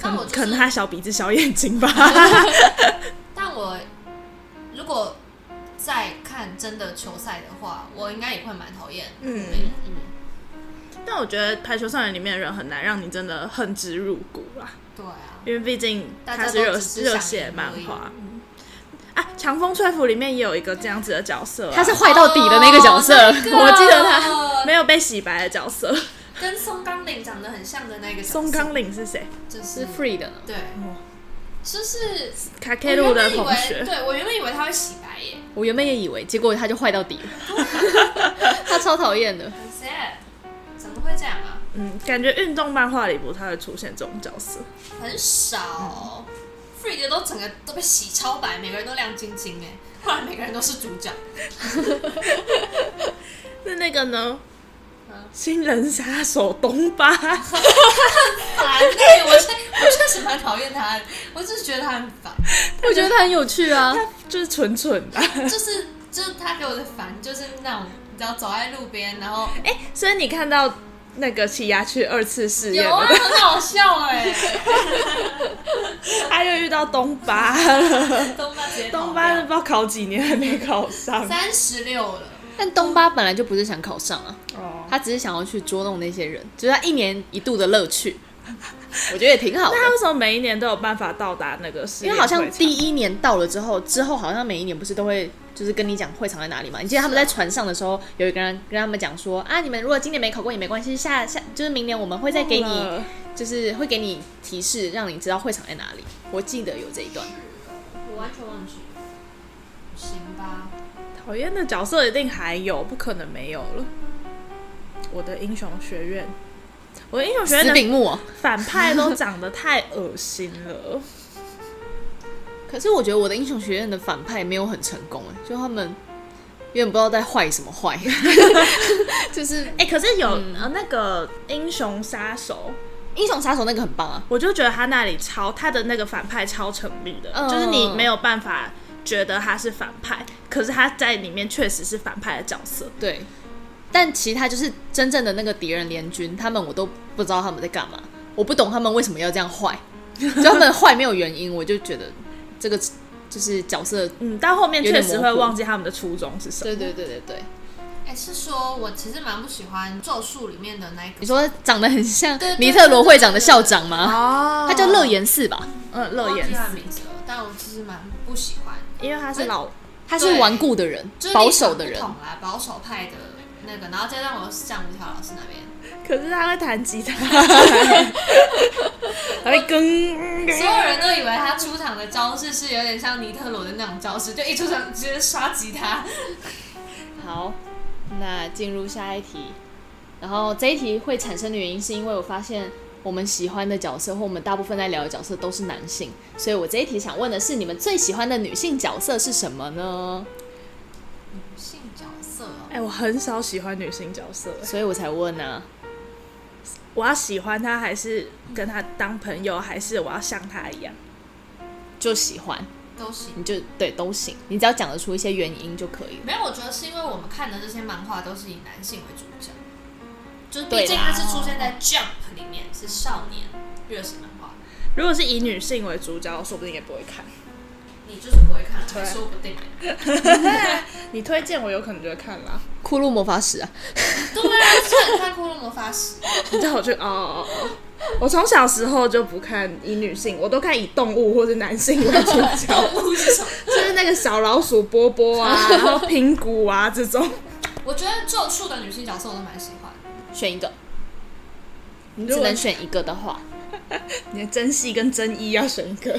S3: 但我就是
S1: 可能他小鼻子小眼睛 吧。
S3: 但我如果再看真的球赛的话，我应该也会蛮讨厌。
S1: 嗯
S3: 嗯，
S1: 但我觉得排球少年里面的人很难让你真的恨之入骨啦。
S3: 对啊，
S1: 因为毕竟
S3: 大
S1: 它
S3: 家
S1: 是
S3: 都
S1: 热
S3: 只是
S1: 热
S3: 想
S1: 血
S3: 赢
S1: 漫
S3: 而已
S1: 画。啊，《强风吹拂》里面也有一个这样子的角色、啊，
S2: 他是坏到底的那个角色，
S3: 哦那个
S2: 我记得他
S3: 他
S1: 没有被洗白的角色。
S3: 跟松冈领长得很像的那个角色
S1: 松冈绫是谁？
S3: 就是
S2: 是 free 的呢。
S3: 对
S1: 哦，
S3: 就是
S1: 卡
S3: 我
S1: 凯
S3: 原
S1: 鲁的
S3: 本以
S1: 同
S3: 为，
S1: 学。
S3: 对我原本以为他会洗白耶，
S2: 我原本也以为，结果他就坏到底了，他超讨厌的。
S3: 很 sad，怎么会这样啊？
S1: 嗯，感觉运动漫画里不太会出现这种角色。
S3: 很
S2: 嗯
S3: 少。Free 的都整个都被洗超白，每个人都亮晶晶哎，后来每个人都是主角。
S1: 那那个呢
S3: 嗯？
S1: 新人杀手东 巴，
S3: 烦哎、我确我确实蛮讨厌他的，我只是觉得他很烦，
S2: 我觉得他很有趣啊，
S1: 就是蠢蠢的。啊
S3: 就是就是他给我的烦就是那种你知道走在路边，然后
S1: 哎、所以你看到那个奇牙去二次试验
S3: 有啊，
S1: 了，
S3: 很好笑哎、
S1: 他又遇到东巴，
S3: 东巴直接
S1: 东巴不知道考几年还没考上。
S3: 三十六了，
S2: 但东巴本来就不是想考上啊，
S1: 哦，
S2: 他只是想要去捉弄那些人，就是他一年一度的乐趣，我觉得也挺好的。
S1: 那他为什么每一年都有办法到达那个试
S2: 因
S1: 验
S2: 为
S1: 会场？
S2: 好像第一年到了之后，之后好像每一年不是都会就是跟你讲会场在哪里嘛？你记得他们在船上的时候，有一个人跟他们讲说啊，你们如果今年没考过也没关系，下下就是明年我们会再给
S1: 忘
S2: 你，
S1: 了
S2: 就是会给你提示，让你知道会场在哪里。我记得有这一段，
S3: 我完全忘记了，行吧，
S1: 讨厌的角色一定还有，不可能没有了。我的英雄学院，我的英雄学
S2: 死
S1: 院的
S2: 柄木哦、
S1: 反派都长得太恶心了。
S2: 可是我觉得我的英雄学院的反派没有很成功哎，就他们有点不知道在坏什么 坏，就是
S1: 哎、可是有、呃那个英雄杀手，
S2: 英雄杀手那个很棒啊，
S1: 我就觉得他那里超他的那个反派超成立的，
S2: 嗯
S1: 就是你没有办法觉得他是反派，可是他在里面确实是反派的角色。
S2: 对，但其他就是真正的那个敌人联军，他们我都不知道他们在干嘛，我不懂他们为什么要这样坏，就他们坏没有原因，我就觉得这个就是角色，
S1: 嗯，到后面
S2: 有
S1: 确
S2: 点
S1: 实
S2: 模
S1: 会
S2: 糊
S1: 忘记他们的初衷是什么。
S2: 对对对对对，
S3: 哎、是说我其实蛮不喜欢《咒术》里面的那个
S2: 你说长得很像
S3: 对对
S2: 尼特罗会长的校长吗？
S1: 哦
S2: 他叫乐，言寺吧，
S1: 嗯，乐
S3: 忘
S1: 言
S3: 记他的
S1: 寺，
S3: 名字了，但我就是蛮不喜欢，
S1: 因为他是老
S2: 他是顽固的人
S3: 就是，立场
S2: 保守的
S3: 不
S2: 人，
S3: 同啦，保守派的那个，然后再让我是向吴条老师那边。
S1: 可是他会弹吉他， 还会跟
S3: 所有人都以为他出场的招式是有点像尼特罗的那种招式，就一出场直接刷吉他。
S2: 好，那进入下一题。然后这一题会产生的原因，是因为我发现我们喜欢的角色，或我们大部分在聊的角色都是男性，所以我这一题想问的是，你们最喜欢的女性角色是什么呢？
S3: 女性角色、哦，
S1: 哎、我很少喜欢女性角色，
S2: 所以我才问啊。
S1: 我要喜欢她，还是跟她当朋友，还是我要像她一样？
S2: 就喜欢，
S3: 都行。
S2: 你就对都行，你只要讲得出一些原因就可以了。
S3: 没有，我觉得是因为我们看的这些漫画都是以男性为主角，就是
S2: 对
S3: 毕竟
S2: 啦
S3: 它是出现在 Jump 里面，是少年热血漫画，
S1: 如果是以女性为主角，我说不定也不会看。
S3: 你就是不会看，
S1: 对
S3: 说不 定。啊
S1: 你推荐我，有可能就会看啦。
S2: 骷髅魔法使啊，
S3: 对啊，就是看《骷髅魔法 使》，
S1: 你知道我就哦哦哦，我从小时候就不看以女性，我都看以动物或是男性为主角，
S3: 动物是什么？
S1: 就是那个小老鼠波波 啊，然后平谷啊这种。
S3: 我觉得咒术的女性角色我都蛮喜欢。
S2: 选一个，
S1: 你
S2: 只能选一个的话，
S1: 你的真系跟啊真一要选一个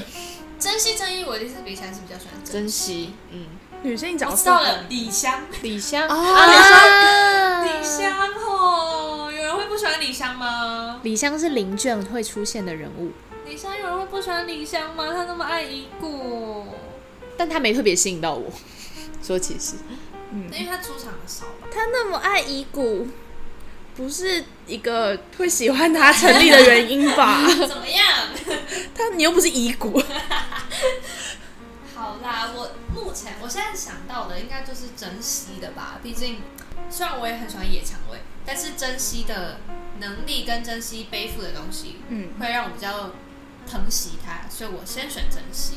S3: 真心真意，我一定是比起来是比较喜欢真
S2: 珍惜。嗯，
S1: 女性角
S3: 我知
S1: 色。
S3: 道了，李湘，
S2: 李湘
S1: 哦
S2: 啊，
S3: 李湘哦，有人会不喜欢李湘吗？
S2: 李湘是林卷会出现的人物，
S3: 李湘有人会不喜欢李湘吗？她那么爱一顾，
S2: 但他没特别吸引到我。 说其实，
S1: 嗯
S3: 因为她出场的少 吧。
S1: 他那么爱伊谷，不是一个会喜欢他成立的原因吧？
S3: 怎么样？
S1: 他你又不是伊谷，
S3: 好啦，我目前我现在想到的应该就是珍惜的吧，毕竟虽然我也很喜欢野蔷薇，但是珍惜的能力跟珍惜背负的东西，
S1: 嗯，
S3: 会让我比较疼惜它，所以我先选珍惜。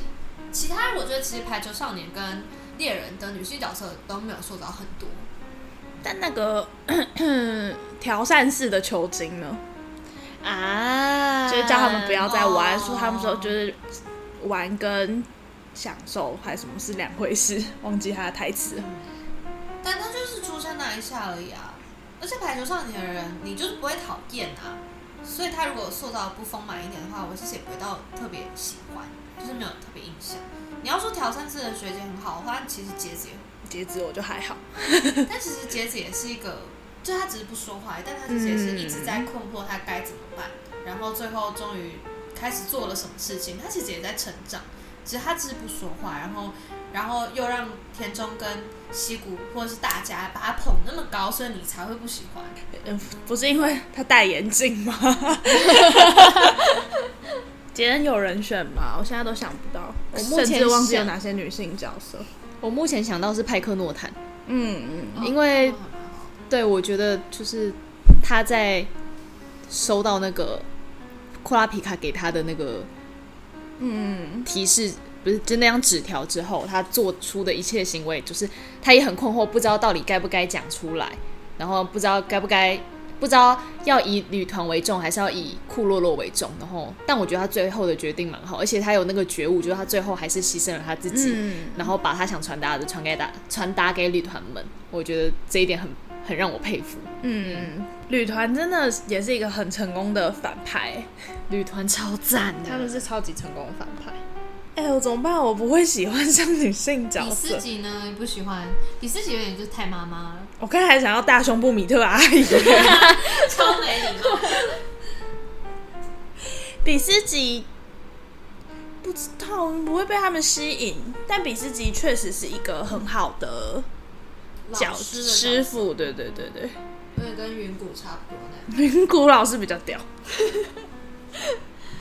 S3: 其他我觉得其实排球少年跟猎人的女性角色都没有塑造很多，
S1: 但那个咳咳调善式的球精呢？
S2: 啊，
S1: 就是叫他们不要再玩，
S3: 哦
S1: 说他们说就是玩跟享受还是什么是两回事，忘记他的台词了。
S3: 但他就是出生那一下而已啊。而且排球少年的人，你就是不会讨厌啊。所以他如果塑造得不丰满一点的话，我其实也不会到特别喜欢，就是没有特别印象。你要说调三次的学姐很好的话，其实杰子也
S1: 截止我就还好，
S3: 但其实杰子也是一个，就他只是不说话，但他其实也是一直在困惑他该怎么办，然后最后终于开始做了什么事情。他其实也在成长，只是他只是不说话，然后然后又让田中跟西谷或者是大家把他捧那么高，所以你才会不喜欢。
S1: 嗯，不是因为他戴眼镜 吗？杰恩有人选吗？我现在都想不到，我
S2: 目前
S1: 甚至忘记有
S2: 想
S1: 哪些女性角色。
S2: 我目前想到是派克诺坦，
S1: 嗯嗯，
S2: 因为对我觉得就是他在收到那个库拉皮卡给他的那个嗯提示，不是就那张纸条之后，他做出的一切行为，就是他也很困惑，不知道到底该不该讲出来，然后不知道该不该。不知道要以女团为重，还是要以库洛洛为重。然后，但我觉得他最后的决定蛮好，而且他有那个觉悟，就是他最后还是牺牲了他自己，
S1: 嗯，
S2: 然后把他想传达的传给大传达给旅团们，我觉得这一点很很让我佩服。
S1: 嗯，旅团真的也是一个很成功的反派，
S2: 旅团超赞的，
S1: 是超级成功的反派。嗯哎、我怎么办？我不会喜欢上女性角
S3: 比
S1: 色
S3: 斯。吉呢你不喜欢，比斯吉有点就是太妈妈了，
S1: 我刚才想要大胸部米特 阿姨，
S3: 超没礼貌。
S1: 比斯吉不知道不会被他们吸引，但比斯吉确实是一个很好的
S3: 老
S1: 师
S3: 师的
S1: 师
S3: 角色
S1: 傅，对对对对，
S3: 有点跟云谷差不多 那样。
S1: 云谷老师比较 屌，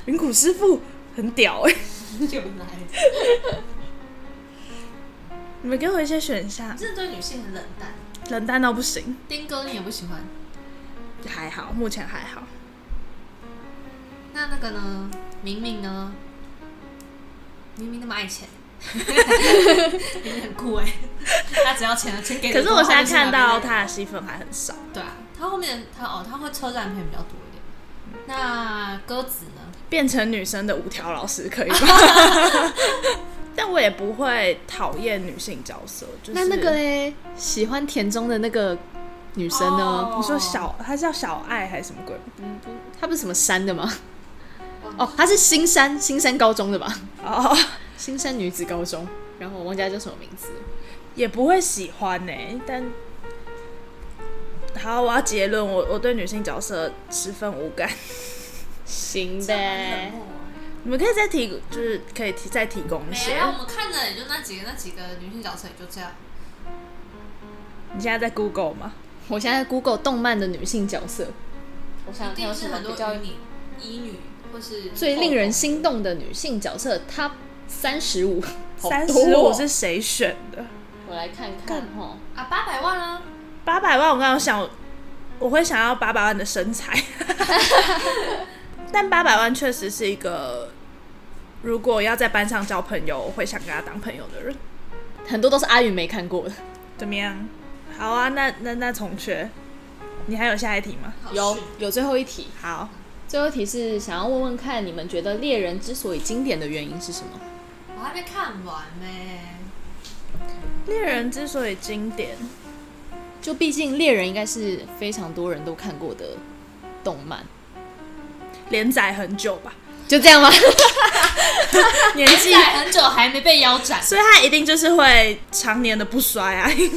S1: 云谷师傅很屌哎、
S3: 就来，
S1: 你们给我一些选项，
S3: 真的对女性很冷淡。
S1: 冷淡到不行，
S3: 丁哥你也不喜欢，
S1: 还好，目前还好。
S3: 那那个呢？明明呢？明明那么爱钱，明明很酷哎、他只要钱，钱给你
S1: 可是我现在
S3: 他就拿
S1: 看到
S3: 给你，
S1: 他的戏份还很少，
S3: 对啊，他后面他哦，他会车站片比较多一点。那鸽子呢？
S1: 变成女生的五条老师可以 吗？但我也不会讨厌女性角色，就是
S2: 那那个嘞，喜欢田中的那个女生呢？
S3: 哦
S1: 你说小，她叫小爱还是什么鬼？
S2: 她、不是什么山的吗？哦，她是新山新山高中的吧？
S1: 哦，
S2: 新山女子高中，然后我忘记她叫什么名字。
S1: 也不会喜欢呢、但好，我要结论，我我对女性角色十分无感。
S2: 行
S3: 这样很
S1: 呃
S2: 呗
S3: 冷，漠欸
S1: 你们可以再提，就是可以提再提供一
S3: 没
S1: 些
S3: 有，。我们看的也就那几个那几个女性角色也就这样。
S1: 你现在在 Google 吗？
S2: 我现在 Google 动漫的女性角色，我
S3: 一
S2: 想
S3: 定
S2: 有
S3: 是
S2: 什么
S3: 很多
S2: 比较
S3: 以女以女或是
S2: 最令人心动的女性角色 Top 三十五，好
S1: 三十
S2: 多
S1: 五
S2: 哦
S1: 是谁选的？
S2: 我来看看哈，
S3: 啊八百万啊，
S1: 八百万，我刚刚想，我会想要八百万的身材， 但八百万确实是一个，如果要在班上交朋友，我会想跟他当朋友的人。
S2: 很多都是阿云没看过的。
S1: 怎么样？好啊，那那那重缺，你还有下一题吗？
S3: 好
S2: 有
S3: 逊
S2: 有最后一题，
S1: 好，
S2: 最后一题是想要问问看，你们觉得猎人之所以经典的原因是什么？
S3: 我还没看完呢、
S1: 猎人之所以经典，
S2: 就毕竟猎人应该是非常多人都看过的动漫，
S1: 连载很久吧，
S2: 就这样 吗？
S1: 年纪，
S3: 在很久还没被腰斩，
S1: 所以他一定就是会常年的不衰啊，因为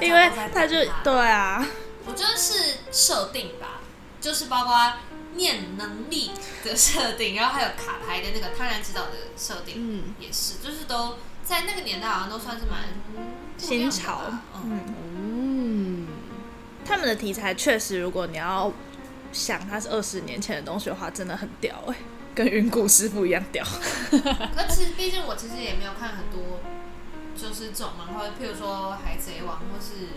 S1: 因为他就对啊，
S3: 我觉得是设定吧，就是包括念能力的设定，然后还有卡牌的那个贪婪指导的设定，
S2: 嗯，
S3: 也是，就是都在那个年代好像都算是蛮嗯
S1: 新潮
S3: 不一样的吧，嗯，
S1: 嗯。
S2: 嗯，
S1: 他们的题材确实，如果你要想它是二十年前的东西的话，真的很屌哎、跟云谷师傅一样屌。
S3: 可其实毕竟我其实也没有看很多，就是这种漫画，譬如说《海贼王》或是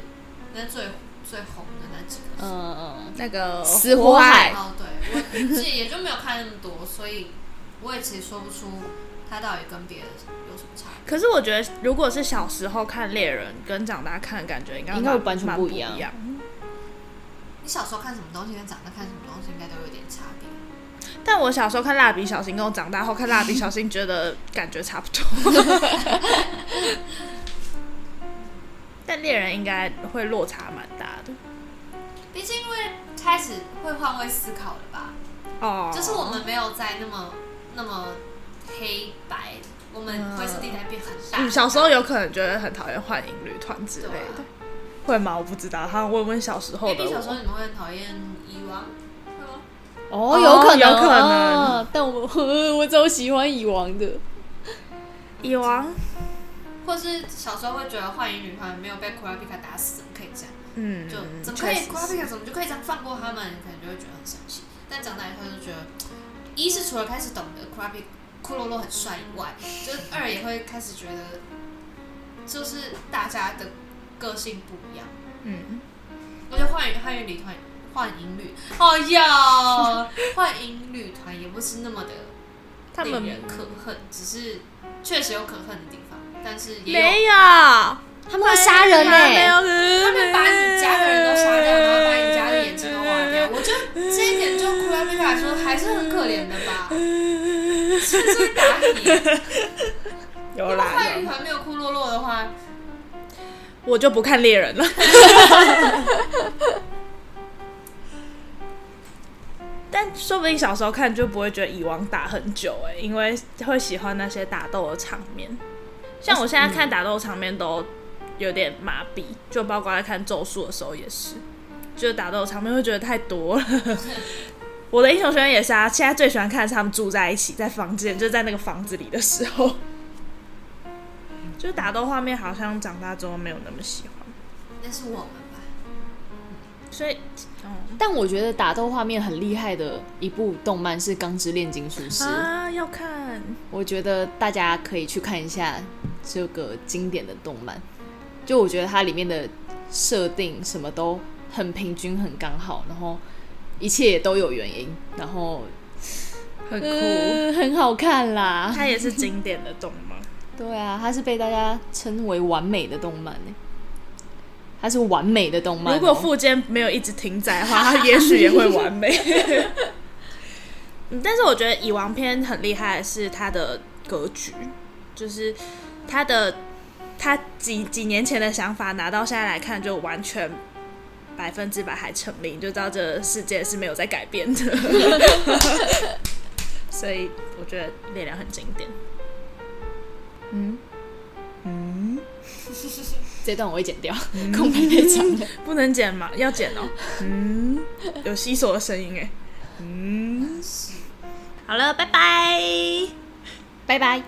S3: 那最最红的那几个，
S2: 呃，
S1: 那个
S2: 死火海
S3: 哦，对，我自己也就没有看那么多，所以我也其实说不出它到底跟别的有什么差别。
S1: 可是我觉得，如果是小时候看猎人，跟长大看，感觉应该
S2: 应该
S1: 蛮
S2: 完全
S1: 蛮
S2: 不
S1: 不
S2: 一样
S1: 样。
S3: 你你小时候看什么东西跟长大看什么东西应该都有点差别。
S1: 但我小时候看蜡笔小新，跟我长大后看蜡笔小新，觉得感觉差不多。 但猎人应该会落差蛮大的
S3: 毕竟因为开始会换位思考了吧，
S1: 哦
S3: 就是我们没有在那么那么黑白，我们灰色地带变很大。
S1: 嗯小时候有可能觉得很讨厌幻影旅团之类
S3: 对
S1: 的
S3: 啊，
S1: 会吗？我不知道，好像问问小时候的
S3: maybe 小时候
S1: 我。
S3: 你们会很讨厌蚁王，会吗？
S2: 哦，有可能，
S1: 有可能
S2: 啊但我我 只有喜欢蚁王的，
S1: 蚁王，
S3: 或是小时候会觉得幻影女团没有被库拉皮卡打死，怎么可以这样？
S1: 嗯，
S3: 就怎么可
S1: 确
S3: 以
S1: 实
S3: 库拉
S1: 是
S3: 皮卡怎么就可以这样放过他们？可能就会觉得很生气。但长大以后就觉得，一是除了开始懂得库拉皮库洛洛很帅以外，就是二也会开始觉得，就是大家的个性不一样。
S1: 嗯，
S3: 而且幻影幻影旅团幻 影旅，哦哟，幻影旅团也不是那么的
S1: 他们
S3: 令人可恨，只是确实有可恨的地方，但是也有
S1: 没有。
S2: 他们会杀人欸呢、
S1: 没有人，
S3: 他们把你家的人都杀掉，然后把你家的眼睛都挖掉， 我觉得这一点就库拉贝卡说还是很可怜的吧，是不是打你？
S1: 有
S3: 如果
S1: 啦，
S3: 幻影
S1: 有
S3: 团没有库洛洛的话，
S1: 我就不看猎人了。但说不定小时候看就不会觉得蚁王打很久哎、因为会喜欢那些打斗的场面。像我现在看打斗场面都有点麻痹，就包括在看咒术的时候也是，就是打斗场面会觉得太多了。我的英雄学院也是啊，现在最喜欢看的是他们住在一起，在房间，就在那个房子里的时候， 就是打斗画面好像长大之后没有那么喜欢，
S3: 那是我们吧。
S1: 所以，嗯
S2: 但我觉得打斗画面很厉害的一部动漫是《钢之炼金术师》
S1: 啊，要看，
S2: 我觉得大家可以去看一下这个经典的动漫。就我觉得它里面的设定什么都很平均，很刚好，然后一切也都有原因，然后
S1: 很
S2: 嗯 很好看啦。
S1: 它也是经典的动漫，
S2: 对啊，它是被大家称为完美的动漫呢、它是完美的动漫哦、
S1: 如果副坚没有一直停载的 话，它也许也会完美。嗯但是我觉得《蚁王篇》很厉害的是它的格局，就是它的它几几年前的想法拿到现在来看，就完全百分之百还成立，你就知道这个世界是没有在改变 的。所以我觉得《力量》很经典。
S2: 嗯嗯，这段我会剪掉，
S1: 嗯
S2: 空白太长了。
S1: 不能剪吗？要剪哦。嗯，有吸索的声音欸哎。嗯，好了，拜拜。
S2: 拜拜。